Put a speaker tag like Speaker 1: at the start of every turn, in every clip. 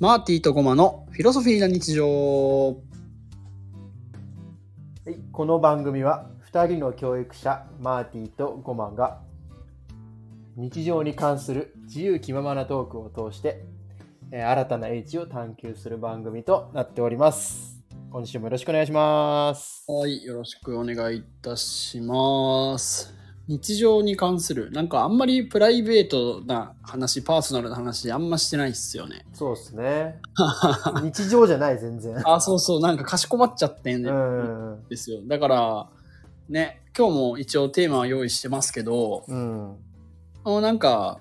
Speaker 1: マーティーとゴマのフィロソフィーな日常。
Speaker 2: はい、この番組は2人の教育者マーティとゴマンが日常に関する自由気ままなトークを通して、えー新たな英知を探求する番組となっております。今週もよろしくお願いします。
Speaker 1: はい、よろしくお願いいたします。日常に関する、なんかあんまりプライベートな話、パーソナルな話、あんましてないっすよ ね。
Speaker 2: そうです ね。日常じゃない全然。
Speaker 1: あ、そうそう、なんかかしこまっちゃってん
Speaker 2: うん。
Speaker 1: ですよ。だから、ね、今日も一応テーマは用意してますけど、
Speaker 2: うん。
Speaker 1: あのなんか、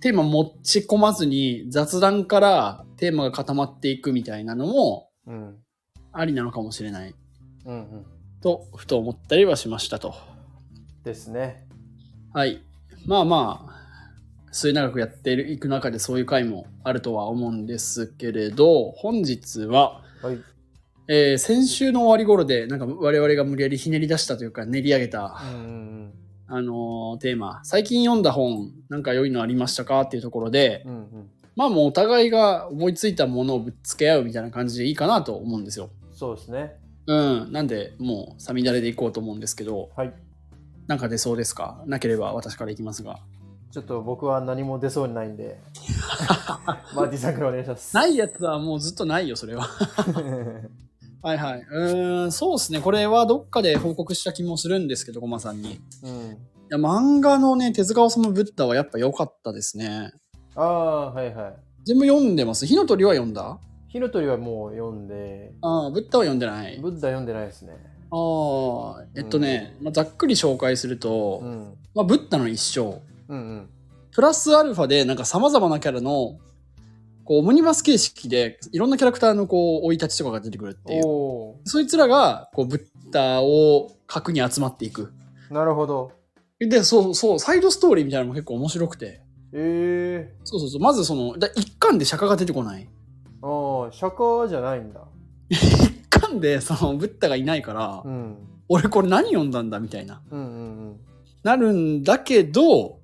Speaker 1: テーマ持ち込まずに雑談からテーマが固まっていくみたいなのも
Speaker 2: うん。
Speaker 1: ありなのかもしれない
Speaker 2: うん。うん。
Speaker 1: と、ふと思ったりはしましたと。
Speaker 2: ですね。
Speaker 1: はい。まあまあ、末永くやっていく中でそういう回もあるとは思うんですけれど、本日は、
Speaker 2: はい。
Speaker 1: えー先週の終わり頃で、なんか我々が無理やりひねり出したというか練り上げ
Speaker 2: う
Speaker 1: た、
Speaker 2: ん。
Speaker 1: あのーテーマ、最近読んだ本、なんか良いのありましたかっていうところで
Speaker 2: うん。う、んうん。
Speaker 1: まあもうお互いが思いついたものをぶっつけ合うみたいな感じでいいかなと思うんですよ。
Speaker 2: そうですね。
Speaker 1: うん。なんで、もう、さみだれでいこうと思うんですけど、
Speaker 2: はい。
Speaker 1: なんか出そうですかなければ私からいきますが。
Speaker 2: ちょっと僕は何も出そうにない んで、マーティさんからお願いします。
Speaker 1: ないやつはもうずっとないよ、それは。はいはい。うーん、そうですね。これはどっかで報告した気もするんですけど、ごまさんに。い
Speaker 2: うん、
Speaker 1: や、漫画のね、手塚治虫ブッダはやっぱ良かったですね。
Speaker 2: ああ、はいはい。
Speaker 1: 全部読んでます。火の鳥は読んだ
Speaker 2: 火の鳥はもう読んで、
Speaker 1: ああ、ブッダは読んでない。
Speaker 2: ブッダ読んでないですね。
Speaker 1: ああ、えっとね、まあ、ざっくり紹介すると、
Speaker 2: うん。
Speaker 1: まあ、ブッダの一生。
Speaker 2: うんうん。
Speaker 1: プラスアルファで、なんか様々なキャラの、こう、オムニバス形式で、いろんなキャラクターのこう、生い立ちとかが出てくるっていう。
Speaker 2: お
Speaker 1: そいつらが、こう、ブッダを核に集まっていく。
Speaker 2: お、なるほど。
Speaker 1: で、そうそう、サイドストーリーみたいなのも結構面白くて。
Speaker 2: ええ
Speaker 1: そうそうそう、まずその、だ一巻で釈迦が出てこない。
Speaker 2: ああ、釈迦じゃないんだ。
Speaker 1: 一巻でその、ブッダがいないから、
Speaker 2: うん。
Speaker 1: 俺これ何読んだんだみたいな。
Speaker 2: うんうん
Speaker 1: なるんだけど、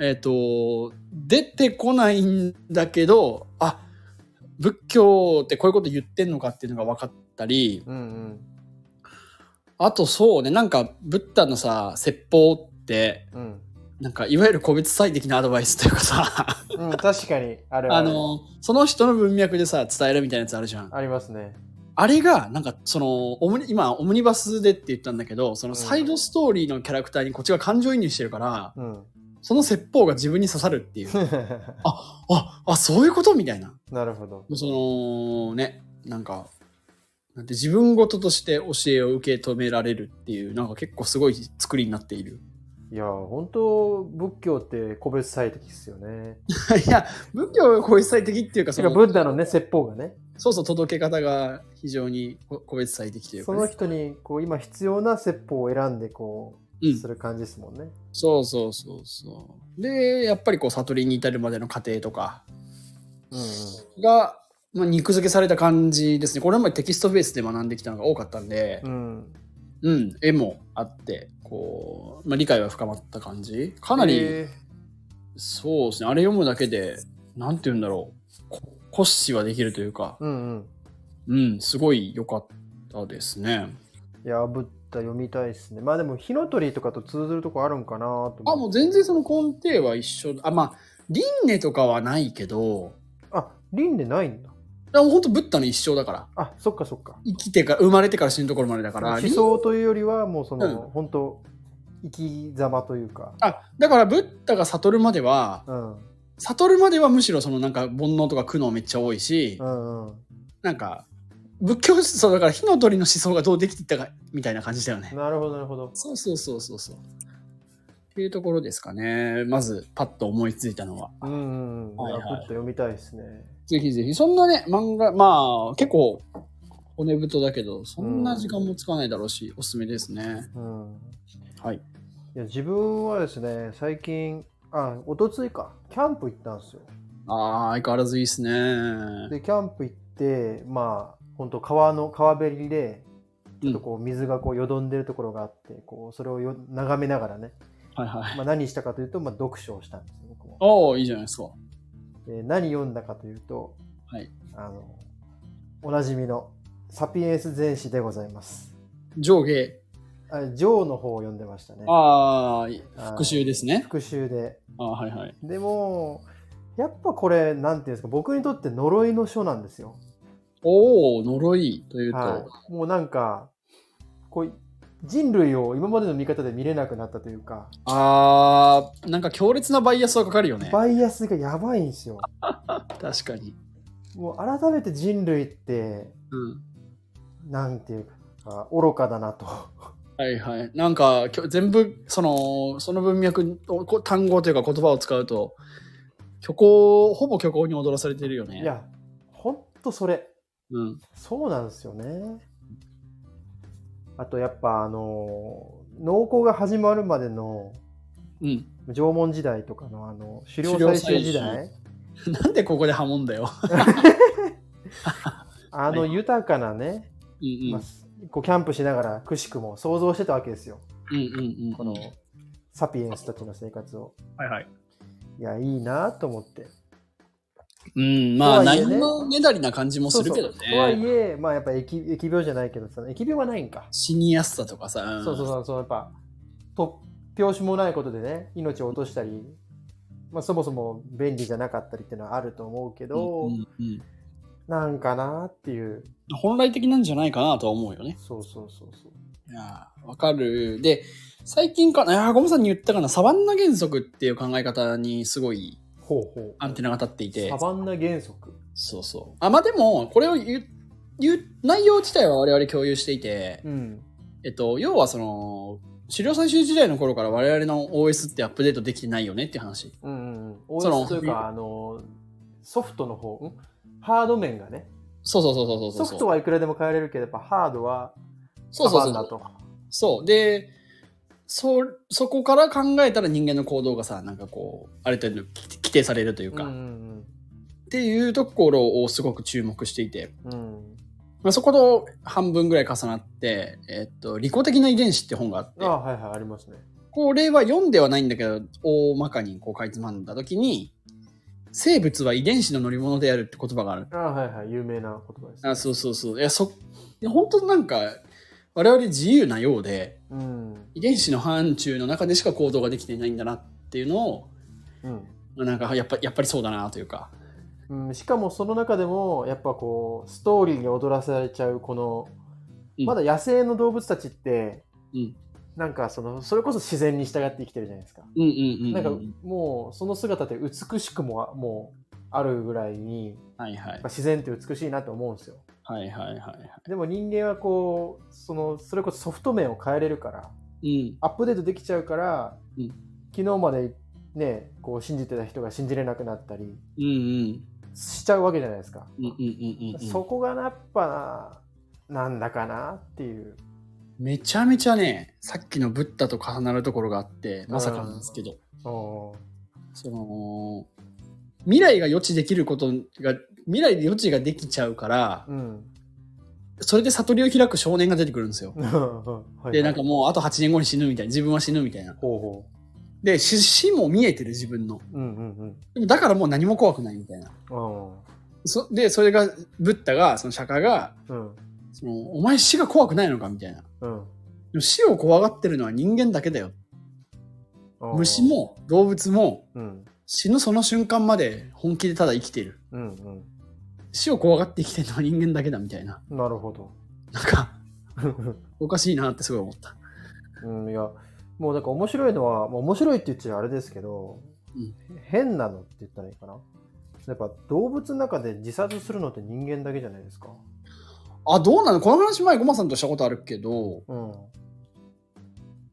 Speaker 1: えっ、と、出てこないんだけど、あ、仏教ってこういうこと言ってんのかっていうのが分かったり、
Speaker 2: うん。うん
Speaker 1: あとそうね、なんか、ブッダのさ、説法って、
Speaker 2: うん。うん。
Speaker 1: なんか、いわゆる個別最適なアドバイスというかさ、
Speaker 2: うん、確かに、ある
Speaker 1: あ
Speaker 2: ある
Speaker 1: の、その人の文脈でさ、伝えるみたいなやつあるじゃん。
Speaker 2: ありますね。
Speaker 1: あれが、なんか、その、オムニ今、オムニバスでって言ったんだけど、その
Speaker 2: うん
Speaker 1: サイドストーリーのキャラクターにこっちが感情移入してるから、
Speaker 2: うん。
Speaker 1: その説法が自分に刺さるっていう。あ、あ、そういうことみたいな。
Speaker 2: なるほど。
Speaker 1: その、ね、なんか、なんて自分事として教えを受け止められるっていう、なんか結構すごい作りになっている。
Speaker 2: いや、本当仏教って個別最適っすよね。
Speaker 1: いや、仏教が個別最的っていうか、そ
Speaker 2: てか、
Speaker 1: の
Speaker 2: ブッダのね、説法がね。
Speaker 1: そうそう、届け方が非常にこ個別最的というか
Speaker 2: そ
Speaker 1: ね、
Speaker 2: の人にこう今必要な説法を選んでこ
Speaker 1: う
Speaker 2: うんする感じですもんね。
Speaker 1: そうそうそうそう。で、やっぱりこう、悟りに至るまでの過程とか、
Speaker 2: うん
Speaker 1: が、まあ、肉付けされた感じですね。これまでテキストベースで学んできたのが多かったんで、
Speaker 2: うん、
Speaker 1: うん、絵もあって、こう、まあ、理解は深まった感じ。かなり、
Speaker 2: え
Speaker 1: そうですね。あれ読むだけで、なんて言うんだろう。こ骨子はできるというか
Speaker 2: ー、うん
Speaker 1: うん、すごい良かったですね。
Speaker 2: うん。いや、ブッダ読みたいですね。まあでも、火の鳥とかと通ずるとこあるんかなと
Speaker 1: あ、
Speaker 2: 思
Speaker 1: も
Speaker 2: う。
Speaker 1: う全然その根底は一緒。あ、まあ、輪廻とかはないけど、
Speaker 2: あ、輪廻ないんだ。
Speaker 1: でも本当ブッダの一生だから。
Speaker 2: あ、そっかそっか。
Speaker 1: 生きてから、生まれてから死ぬところまでだから。
Speaker 2: 思想というよりは、もうその、
Speaker 1: う
Speaker 2: 本当生き様というか。
Speaker 1: あ、だからブッダが悟るまでは、
Speaker 2: うん、うん
Speaker 1: 悟るまではむしろそのなんか煩悩とか苦悩めっちゃ多いし、
Speaker 2: うん、
Speaker 1: なんか仏教思想だから火の鳥の思想がどうできていったかみたいな感じだよね。
Speaker 2: なるほどなるほど
Speaker 1: そうそうそうそうそう。っていうところですかね。まずパッと思いついたのは。
Speaker 2: うんうんうん、
Speaker 1: はいはい
Speaker 2: いやブッダ読みたいですね
Speaker 1: ぜひぜひ。そんなね、漫画、まあ結構骨太だけど、そんな時間もつかないだろうし、おすすめですね。
Speaker 2: うん
Speaker 1: はい。
Speaker 2: いや自分はですね最近あ一昨日かキャンプ行ったんですよ
Speaker 1: ああ、相変わらずいいっすね。うん
Speaker 2: でキャンプ行ってまあ本当川の川べりでちょっとこう水がこうよどんでるところがあってこうそれをよ眺めながらね、
Speaker 1: はいはい。
Speaker 2: まあ、何したかというと、まあ、読書をしたんですよ僕も
Speaker 1: おおいいじゃないですか。
Speaker 2: で何読んだかというと
Speaker 1: はい
Speaker 2: あのおなじみのサピエンス全史でございます。
Speaker 1: 上下。
Speaker 2: あジョーの方を読んでましたね。
Speaker 1: ああ、
Speaker 2: はい
Speaker 1: 復習ですね。
Speaker 2: 復習で。
Speaker 1: ああ、はいはい。
Speaker 2: でも、やっぱこれ、なんていうんですか、僕にとって呪いの書なんですよ。
Speaker 1: おお、呪いというと、
Speaker 2: はい、もうなんか、こう人類を今までの見方で見れなくなったというか、
Speaker 1: ああ、なんか強烈なバイアスはかかるよね。
Speaker 2: バイアスがやばいんですよ。
Speaker 1: 確かに。
Speaker 2: もう改めて人類って、
Speaker 1: うん。
Speaker 2: なんていうか、愚かだなと。
Speaker 1: はいはい。なんか、きょ全部、その、その文脈を、こ単語というか言葉を使うと、虚構、ほぼ虚構に踊らされてるよね。
Speaker 2: いや、ほんとそれ。
Speaker 1: うん。
Speaker 2: そうなんですよね。あとやっぱあの農耕が始まるまでの
Speaker 1: うん。
Speaker 2: 縄文時代とかのあの狩猟
Speaker 1: 狩猟
Speaker 2: 採集時
Speaker 1: 採
Speaker 2: 代
Speaker 1: なんでここで波紋だよ。
Speaker 2: あの豊かなね、
Speaker 1: うんうん。
Speaker 2: まあこうキャンプしながらくしくも想像してたわけですよ
Speaker 1: うんうんうん。
Speaker 2: このサピエンスたちの生活を
Speaker 1: はいはい。
Speaker 2: いやいいなと思って
Speaker 1: うん、まあ、
Speaker 2: とはいえ
Speaker 1: 内
Speaker 2: ね
Speaker 1: 容のねだりな感じもするけど
Speaker 2: そうそうとはい
Speaker 1: ね。
Speaker 2: えまあやっぱ疫疫病じゃないけどさ疫病はないんか、
Speaker 1: 死にやすさとかさ。ん
Speaker 2: そうそうそうそうやっぱ突拍子もないことでね命を落としたり、まあ、そもそも便利じゃなかったりっていうのはあると思うけど、
Speaker 1: うんうんうん
Speaker 2: なんかなっていう
Speaker 1: 本来的なんじゃないかなとは思うよね。
Speaker 2: そうそうそうそう
Speaker 1: いやーわかる。で、最近かな、いやーゴムさんに言ったかな、サバンナ原則っていう考え方にすごい
Speaker 2: ほうほう
Speaker 1: アンテナが立っていて
Speaker 2: サ、バンナ原則
Speaker 1: そうそう。あ、まあでも、これを言う、言う、内容自体は我々共有していて、
Speaker 2: うん
Speaker 1: えっと、要はその、狩猟採集時代の頃から我々の OS ってアップデートできてないよねっていう話。
Speaker 2: うんうんうん
Speaker 1: その
Speaker 2: OS というかあのソフトの方んハード面がね
Speaker 1: そうそうそうそうそうそう。
Speaker 2: ソフトはいくらでも変えれるけどやっぱハードは
Speaker 1: そう
Speaker 2: サ
Speaker 1: そう
Speaker 2: バ
Speaker 1: そ
Speaker 2: ン
Speaker 1: う
Speaker 2: ナと
Speaker 1: そう。で、そ、そこから考えたら人間の行動がさ、なんかこう、ある程度き規定されるという
Speaker 2: うん
Speaker 1: か、
Speaker 2: う
Speaker 1: っ
Speaker 2: ん
Speaker 1: ていうところをすごく注目していて、
Speaker 2: うんうん
Speaker 1: まあ、そこと半分ぐらい重なって、えっと、利己的な遺伝子って本があって
Speaker 2: あ、はいはいありますね
Speaker 1: これは読んではないんだけど、大まかにこうかいつまんだ時に、生物は遺伝子の乗り物であるって言葉がある。
Speaker 2: あはいはい有名な言葉ですね
Speaker 1: あそうそうそう。いや、そ、いや本当なんか、我々自由なようで、
Speaker 2: うん
Speaker 1: 遺伝子の範疇の中でしか行動ができていないんだなっていうのを
Speaker 2: うん
Speaker 1: なんかやっぱやっぱりそうだなというか
Speaker 2: うん、しかもその中でもやっぱこうストーリーに踊らされちゃうこの、
Speaker 1: うん
Speaker 2: まだ野生の動物たちって、
Speaker 1: うん
Speaker 2: なんかそのそれこそ自然に従って生きてるじゃないですか、
Speaker 1: うんうんうん,、
Speaker 2: なんかもうその姿って美しくもあもうあるぐらいに
Speaker 1: はいはい
Speaker 2: やっぱ自然って美しいなと思うんですよ
Speaker 1: はいはいはいは
Speaker 2: でも人間はこうそのそれこそソフト面を変えれるから
Speaker 1: い
Speaker 2: アップデートできちゃうから、
Speaker 1: うん
Speaker 2: 昨日までねこう信じてた人が信じれなくなったり
Speaker 1: うんうん
Speaker 2: しちゃうわけじゃないですか
Speaker 1: うんうんうんうん
Speaker 2: そこがやっぱなんだかなっていう。
Speaker 1: うんめちゃめちゃねさっきのブッダと重なるところがあってまさかなんですけど
Speaker 2: お
Speaker 1: その未来が予知できることが未来で予知ができちゃうから
Speaker 2: うん。
Speaker 1: それで悟りを開く少年が出てくるんですよ
Speaker 2: はい
Speaker 1: でなんかもうあと8年後に死ぬみたいな自分は死ぬみたいな
Speaker 2: ほうほ
Speaker 1: でし死も見えてる自分の
Speaker 2: う。うんうん
Speaker 1: でもだからもう何も怖くないみたいな。
Speaker 2: うん。
Speaker 1: そで、それが、ブッダが、その釈迦が、
Speaker 2: うん
Speaker 1: そのお前死が怖くないのかみたいな。で
Speaker 2: うん。
Speaker 1: も死を怖がってるのは人間だけだよ。
Speaker 2: うん。
Speaker 1: 虫。も動物も
Speaker 2: うん
Speaker 1: 死ぬその瞬間まで本気でただ生きてる。
Speaker 2: うん
Speaker 1: 死を怖がって生きてるのは人間だけだみたいな。
Speaker 2: うん。なるほど。
Speaker 1: なんか、おかしいなってすごい思った。
Speaker 2: うん、いや、もうなんか面白いのは、もう面白いって言っちゃあれですけど、
Speaker 1: うん
Speaker 2: 変なのって言ったらいいかな。やっぱ動物の中で自殺するのって人間だけじゃないですか。
Speaker 1: あ、どうなのこの話前、ゴマさんとしたことあるけど、
Speaker 2: うん。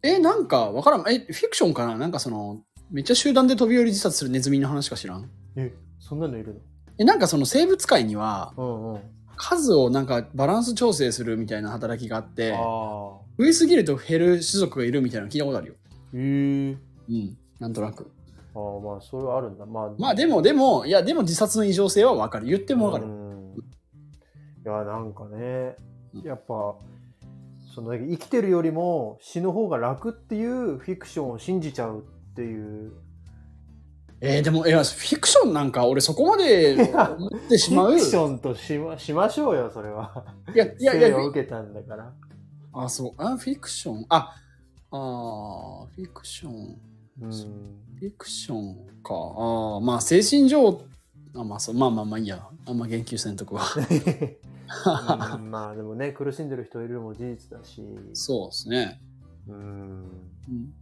Speaker 1: え、なんか、わからん。え、フィクションかななんかその、めっちゃ集団で飛び降り自殺するネズミの話か知らん
Speaker 2: え、そんなのいる
Speaker 1: え、なんかその生物界には、
Speaker 2: のうんうん。
Speaker 1: 数をなんかバランス調整するみたいな働きがあって
Speaker 2: ああ。
Speaker 1: 増えすぎると減る種族がいるみたいなの聞いたことあるよ。
Speaker 2: へえ
Speaker 1: うん、なんとなく。
Speaker 2: ああまあそれはあるんだまあ
Speaker 1: まあでもでもいやでも自殺の異常性はわかる言ってもわかる。
Speaker 2: うんいやなんかね
Speaker 1: うん
Speaker 2: やっぱその生きてるよりも死ぬ方が楽っていうフィクションを信じちゃうっていう
Speaker 1: えー、でも、いや、フィクションなんか、俺そこまで思ってしま
Speaker 2: フ
Speaker 1: う。
Speaker 2: ィクションとしましましょうよ、それは。
Speaker 1: いや、いや、い
Speaker 2: 生
Speaker 1: や、
Speaker 2: を受けたんだから。
Speaker 1: あ、そう。あ、フィクション。あ、あーフィクション。
Speaker 2: うん
Speaker 1: そフィクションか。ああ、まあ、精神上、あまあ、そう、まあまあまあいいや。あんま言及せんとこは。
Speaker 2: うんまあでもね、苦しんでる人いるのも事実だし。
Speaker 1: そうですね。
Speaker 2: うん。
Speaker 1: うん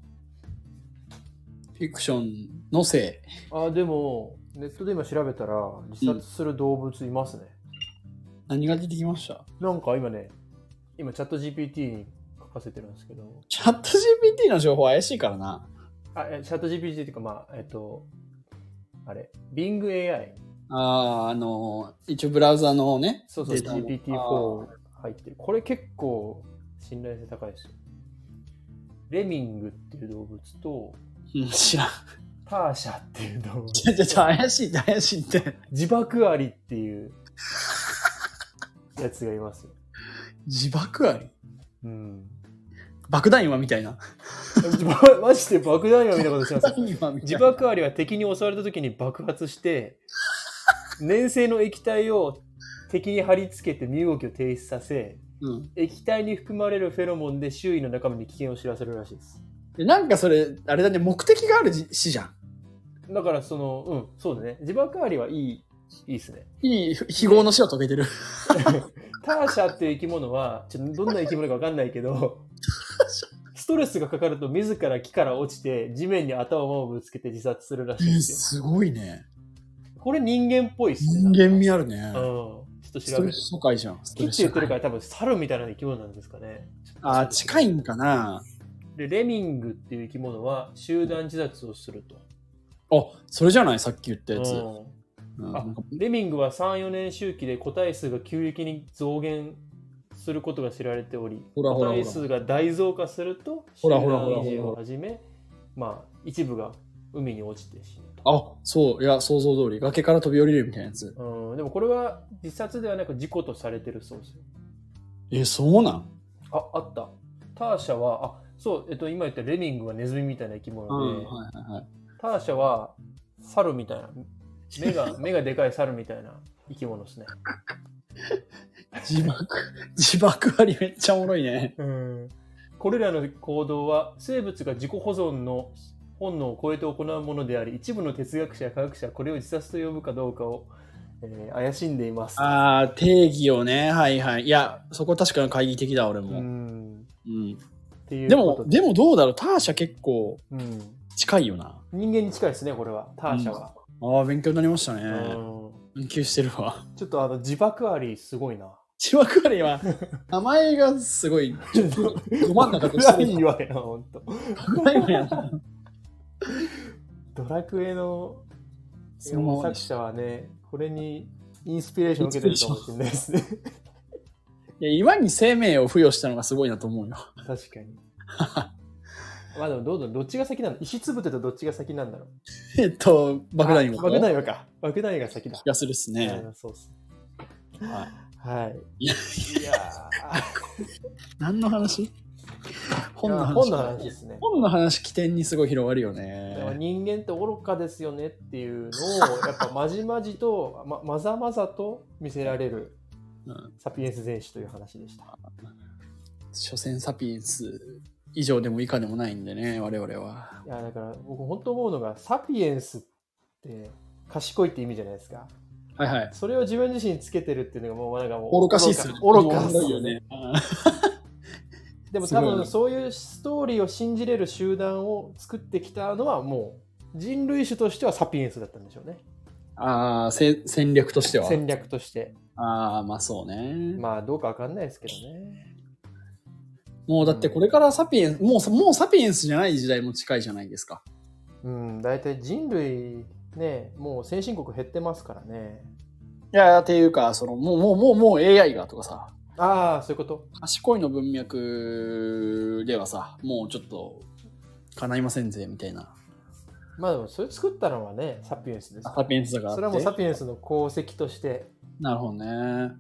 Speaker 1: フィクションのせい。
Speaker 2: あ、でも、ネットで今調べたら、自殺する動物いますね。
Speaker 1: 何が出てきました
Speaker 2: なんか今ね、今チャット GPT に書かせてるんですけど、
Speaker 1: チャット GPT の情報怪しいからな。
Speaker 2: あ、えチャット GPT っていうか、まあ、えっと、あれ、Bing AI。
Speaker 1: ああ、あの、一応ブラウザのね、
Speaker 2: そうそう、
Speaker 1: データも
Speaker 2: GPT-4 入ってる。これ結構信頼性高いですよ。レミングっていう動物と、
Speaker 1: うん知らん。
Speaker 2: ターシャっていう動物
Speaker 1: ちょ、ちょ、ちょ、
Speaker 2: と、
Speaker 1: 怪しいって、怪しいって。
Speaker 2: 自爆アリっていうやつがいますよ。
Speaker 1: 自爆あり
Speaker 2: うん。
Speaker 1: 爆弾今みたいな。
Speaker 2: まマジで爆弾魔みたいなことしてますよ。
Speaker 1: 今み
Speaker 2: 自
Speaker 1: たいな。
Speaker 2: 爆アリは敵に襲われた時に爆発して、粘性の液体を敵に貼り付けて身動きを停止させ、
Speaker 1: うん
Speaker 2: 液体に含まれるフェロモンで周囲の仲間に危険を知らせるらしいです。
Speaker 1: で。なんかそれ、あれだね、目的があるじ死じゃん。
Speaker 2: だからその、うん、そうだね。自爆アリはいい、いいで すね。
Speaker 1: いい、非業の死を遂げてる。
Speaker 2: ターシャっていう生き物は、ちょっとどんな生き物かわかんないけど、ストレスがかかると自ら木から落ちて地面に頭をぶつけて自殺するらしいんです
Speaker 1: すごいね。
Speaker 2: よ。これ人間っぽいっすね。
Speaker 1: 人間味あるね
Speaker 2: うん。ち。ょっと
Speaker 1: ス
Speaker 2: 調
Speaker 1: ト
Speaker 2: べ
Speaker 1: レ
Speaker 2: て。
Speaker 1: ス疎開じゃん。スト
Speaker 2: 木っ
Speaker 1: レ
Speaker 2: て
Speaker 1: ス
Speaker 2: 言
Speaker 1: 疎
Speaker 2: ってるか
Speaker 1: 開。
Speaker 2: ら多分猿みたいな生き物なんですかね。
Speaker 1: あー、近いんかな。
Speaker 2: で、レミングっていう生き物は集団自殺をすると。
Speaker 1: あ、それじゃないさっき言ったやつ。
Speaker 2: うん
Speaker 1: うん
Speaker 2: あ
Speaker 1: なんか
Speaker 2: レミングは3、4年周期で個体数が急激に増減することが知られており、
Speaker 1: ほらほら
Speaker 2: 個
Speaker 1: ほら
Speaker 2: 体数が大増加すると、
Speaker 1: ほらほらほら
Speaker 2: 集団維持をはじめ、まあ、一部が海に落ちて死ぬと。
Speaker 1: あ、そう、いや、想像通り。崖から飛び降りるみたいなやつ。
Speaker 2: うん、でもこれは自殺ではなく事故とされてるそうですよ。
Speaker 1: え、そうなん
Speaker 2: あ、あった。ターシャは、あ、そう、えっと、今言ったレミングはネズミみたいな生き物
Speaker 1: はい
Speaker 2: で、
Speaker 1: はいはい。
Speaker 2: ターシャは猿みたいな、目が、目がでかい猿みたいな生き物ですね。
Speaker 1: 自爆、 自爆ありめっちゃおもろいね。
Speaker 2: うんこれらの行動は生物が自己保存の本能を超えて行うものであり一部の哲学者や科学者はこれを自殺と呼ぶかどうかを、えー怪しんでいます
Speaker 1: あー、定義をね。はいはい。いや、そこ確かに懐疑的だ、俺
Speaker 2: う
Speaker 1: も。
Speaker 2: ん
Speaker 1: うん。
Speaker 2: っていう
Speaker 1: で
Speaker 2: こ
Speaker 1: も
Speaker 2: と、
Speaker 1: でもどうだろう。ターシャ結構
Speaker 2: うん、
Speaker 1: 近いよな。
Speaker 2: 人間に近いですねこれはターシャは、
Speaker 1: あー、勉強になりましたね。
Speaker 2: うん
Speaker 1: 勉強してるわ。
Speaker 2: ちょっとあの自爆ありすごいな
Speaker 1: 自爆あり は、名前がすごい、ちょっと、ど真ん中とし
Speaker 2: 暗
Speaker 1: てる。
Speaker 2: いわよほんと
Speaker 1: 暗いのやな
Speaker 2: ドラクエの
Speaker 1: その
Speaker 2: 作者はねこれにインスピレーションを受けてるかもしれないですね
Speaker 1: いや、岩に生命を付与したのがすごいなと思うよ。
Speaker 2: 確かにまあでもどうだろうどっちが先なの石つぶてとどっちが先なんだろう
Speaker 1: えっと、爆弾
Speaker 2: あ
Speaker 1: 岩。
Speaker 2: 爆弾岩か。爆弾岩が先だ
Speaker 1: 気。がするっすね。
Speaker 2: うんそうっす。
Speaker 1: はい
Speaker 2: はい。
Speaker 1: いや
Speaker 2: いや
Speaker 1: 何の話
Speaker 2: ー
Speaker 1: 本の話。
Speaker 2: 本の話ですね。
Speaker 1: 本の話起点にすごい広がるよ
Speaker 2: だから
Speaker 1: ね。
Speaker 2: 人間って愚かですよねっていうのを、やっぱまじまじと、ままざまざと見せられる
Speaker 1: うん、
Speaker 2: サピエンス全史という話でした。
Speaker 1: 所詮サピエンス以上でも以下でもないんでね、我々は。
Speaker 2: いや、だから僕本当思うのが、サピエンスって賢いって意味じゃないですか。
Speaker 1: はいはい。
Speaker 2: それを自分自身につけてるっていうのがもうなんかもう
Speaker 1: 愚かしいっすよね。
Speaker 2: 愚かっす
Speaker 1: 愚いよね。
Speaker 2: でも
Speaker 1: す
Speaker 2: 多
Speaker 1: ごい
Speaker 2: 分そういうストーリーを信じれる集団を作ってきたのはもう人類種としてはサピエンスだったんでしょうね
Speaker 1: ああ、せ戦略としては。
Speaker 2: 戦略として
Speaker 1: ああ、まあそうね。
Speaker 2: まあどうかわかんないですけどね
Speaker 1: もうだってこれからサピエンス、もうさもうサピエンスじゃない時代も近いじゃないですか。
Speaker 2: うん大体人類ねもう先進国減ってますからね
Speaker 1: いや、っていうか、その、もう、もう、もう、もう AI がとかさ、
Speaker 2: ああそういうこと
Speaker 1: 賢いの文脈ではさ、もうちょっと、叶いませんぜ、みたいな。
Speaker 2: まあでもそれ作ったのはねサピエンスです
Speaker 1: サピエンスだから。
Speaker 2: それはもうサピエンスの功績として、
Speaker 1: なるほどね。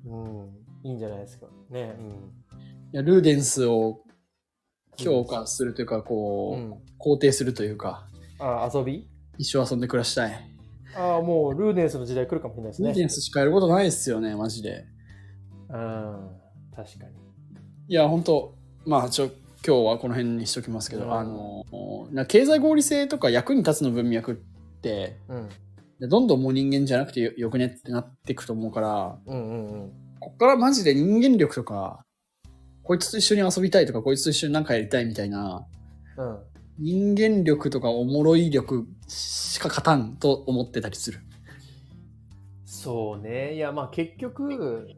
Speaker 2: うん、いいんじゃないですかね、うん
Speaker 1: いや、ルーデンスを強化するというか、こう、
Speaker 2: うん、
Speaker 1: 肯定するというか、
Speaker 2: あー遊び
Speaker 1: 一生遊んで暮らしたい。
Speaker 2: ああ、もうルーデンスの時代来るかもしれないです
Speaker 1: ルーデ
Speaker 2: ね
Speaker 1: ン。スしかやることないですよね、マジで。
Speaker 2: うん、確かに。
Speaker 1: いや、本当まあ、ちょ、今日はこの辺にしときますけど、
Speaker 2: うん
Speaker 1: あの、な経済合理性とか役に立つの文脈って、
Speaker 2: うん、
Speaker 1: どんどんもう人間じゃなくてよよくねってなっていくと思うから、
Speaker 2: うん、うん、うん。
Speaker 1: こっからマジで人間力とか、こいつと一緒に遊びたいとか、こいつと一緒になんかやりたいみたいな、
Speaker 2: うん、
Speaker 1: 人間力とかおもろい力しか勝たんと思ってたりする。
Speaker 2: そうね。いや、まあ結局、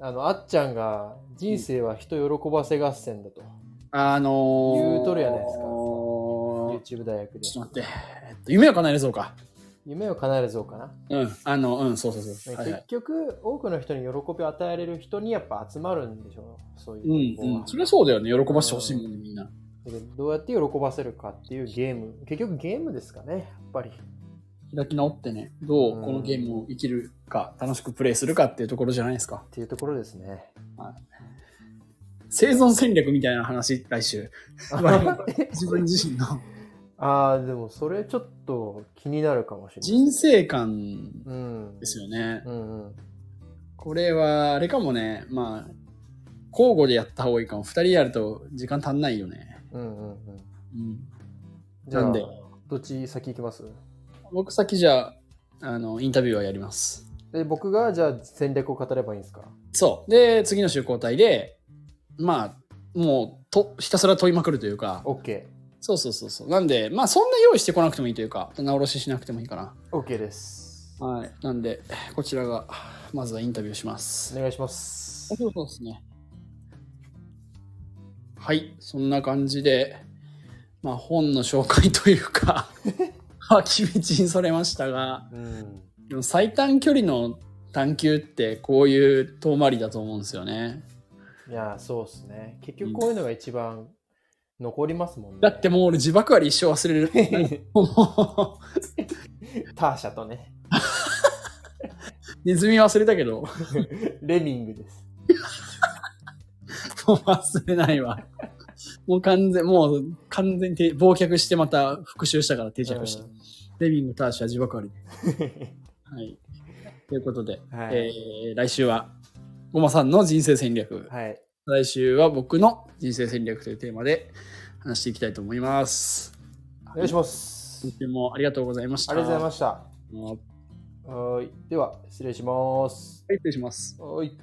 Speaker 2: あの、あっちゃんが人生は人喜ばせ合戦だと。
Speaker 1: あのー、
Speaker 2: 言うとるやないですか
Speaker 1: ちょ
Speaker 2: YouTube 大学で。
Speaker 1: っと待って、えっと、夢を叶えるぞか。
Speaker 2: 夢を叶えるぞかな。
Speaker 1: うん、あの、うん、そうそうそう。はいは
Speaker 2: 結
Speaker 1: い
Speaker 2: 局、多くの人に喜びを与えられる人にやっぱ集まるんでしょう。そう
Speaker 1: う
Speaker 2: い
Speaker 1: ん
Speaker 2: う、
Speaker 1: うん、それ
Speaker 2: は
Speaker 1: はそうだよね。喜ばしてほしいもんね、みんな。
Speaker 2: だけどどうやって喜ばせるかっていうゲーム。結局ゲームですかね、やっぱり。
Speaker 1: 開き直ってね、ど
Speaker 2: う
Speaker 1: うんこのゲームを生きるか、楽しくプレイするかっていうところじゃないですか
Speaker 2: っ。ていうところですね。
Speaker 1: 生存戦略みたいな話、来週。 自分自身の。
Speaker 2: ああ、でもそれちょっと気になるかもしれない。
Speaker 1: 人生観
Speaker 2: うん。
Speaker 1: ですよね。
Speaker 2: うんうん。
Speaker 1: これは、あれかもね、まあ、交互でやった方がいいかも。二人やると時間足んないよね。
Speaker 2: うんうんうん。
Speaker 1: うん。
Speaker 2: じゃあ
Speaker 1: なんで
Speaker 2: どっち先行きます
Speaker 1: 僕先じゃあ、あの、インタビューはやります。
Speaker 2: で僕がじゃあ戦略を語ればいいんですか
Speaker 1: そう。で、次の週交代で、まあ、もう、と、ひたすら問いまくるというか、
Speaker 2: ?OK。
Speaker 1: そうそうそうそう。なんで、まあ、そんな用意してこなくてもいいというか、棚卸ししなくてもいいか
Speaker 2: OK です。
Speaker 1: な。はい。なんで、こちらが、まずはインタビューします
Speaker 2: お。願いします
Speaker 1: あ。そうそうですね。はい、そんな感じで、まあ、本の紹介という か、脇道にそれましたが、
Speaker 2: うん。
Speaker 1: でも最短距離の探求ってこういう遠回りだと思うんですよね。
Speaker 2: いや、そうですね。結局こういうのが一番残りますもんね。
Speaker 1: だってもう俺自爆あり一生忘れる。 もう
Speaker 2: ターシャとね、
Speaker 1: ネズミ忘れたけど、も
Speaker 2: レミングです。
Speaker 1: う忘れないわ。もう完全、もう完全にて忘却してまた復習したから定着した。レビング、ターシャ、自 爆あり。はい。ということで、
Speaker 2: はい
Speaker 1: えー来週は、ごまさんの人生戦略、
Speaker 2: はい。
Speaker 1: 来週は僕の人生戦略というテーマで話していきたいと思います。
Speaker 2: お願いします。
Speaker 1: 今週もありがとうございました。
Speaker 2: ありがとうございま
Speaker 1: し
Speaker 2: した。
Speaker 1: た。は
Speaker 2: はーい。では、失礼します。
Speaker 1: い、失礼します。
Speaker 2: はい。